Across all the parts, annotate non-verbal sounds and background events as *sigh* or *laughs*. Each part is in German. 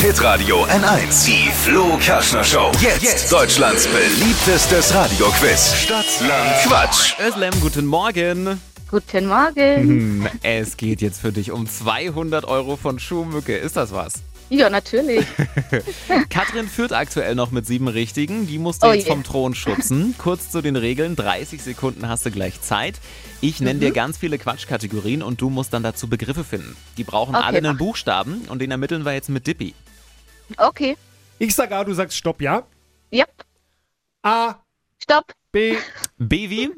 Hitradio N1. Die Flo Kaschner Show. Jetzt, Deutschlands beliebtestes Radioquiz. Stadt, Land, Quatsch. Özlem, guten Morgen. Guten Morgen. Hm, Es geht jetzt für dich um 200 Euro von Schuhmücke. Ist das was? Ja, natürlich. Katrin führt aktuell noch mit sieben Richtigen. Die musst du Oh jetzt je. vom Thron *laughs* schubsen. Kurz zu den Regeln. 30 Sekunden hast du gleich Zeit. Ich nenne Mhm. dir ganz viele Quatschkategorien und du musst dann dazu Begriffe finden. Die brauchen Okay, alle einen mach. Buchstaben und den ermitteln wir jetzt mit Dippy. Okay. Ich sag A, du sagst Stopp, ja? Ja. A, Stopp. B, *laughs* Baby?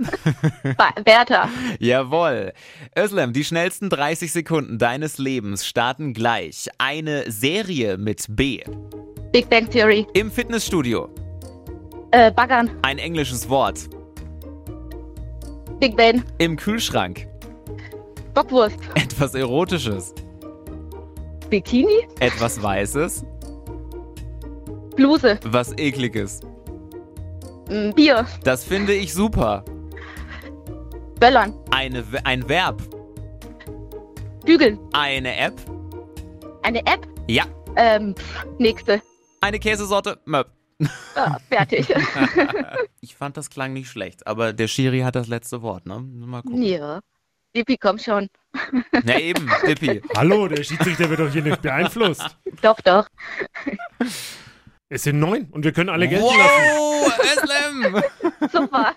Ba- Bertha. Jawohl. Özlem, die schnellsten 30 Sekunden deines Lebens starten gleich. Eine Serie mit B. Big Bang Theory. Im Fitnessstudio. Äh, Baggern. Ein englisches Wort. Big Ben. Im Kühlschrank. Bockwurst. Etwas Erotisches. Bikini. Etwas Weißes. Bluse. Was Ekliges. Mm, Bier. Das finde ich super. Böllern. Eine, ein Verb. Bügeln. Eine App. Eine App. Ja. Ähm, pff, nächste. Eine Käsesorte. Möp. Ah, fertig. Ich fand das klang nicht schlecht, aber der Schiri hat das letzte Wort, ne? Mal *laughs* gucken. ja. Dippi, komm schon. Na eben, Dippi. Hallo, der Schiedsrichter wird doch hier nicht beeinflusst. Doch, doch. Es sind neun und wir können alle gelten lassen. Wow, Özlem! Super.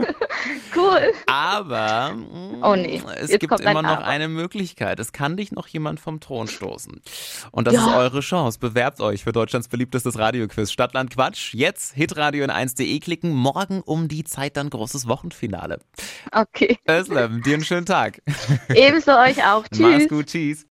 cool. Aber mm, Oh nee, es jetzt gibt kommt ein immer noch Aber. eine Möglichkeit. Es kann dich noch jemand vom Thron stoßen. Und das Ja. ist eure Chance. Bewerbt euch für Deutschlands beliebtestes Radioquiz Stadtland Quatsch. Jetzt hitradio in 1.de klicken. Morgen um die Zeit dann großes Wochenfinale. Okay. Özlem, dir einen schönen Tag. Ebenso euch auch. Tschüss. Mach's gut, tschüss.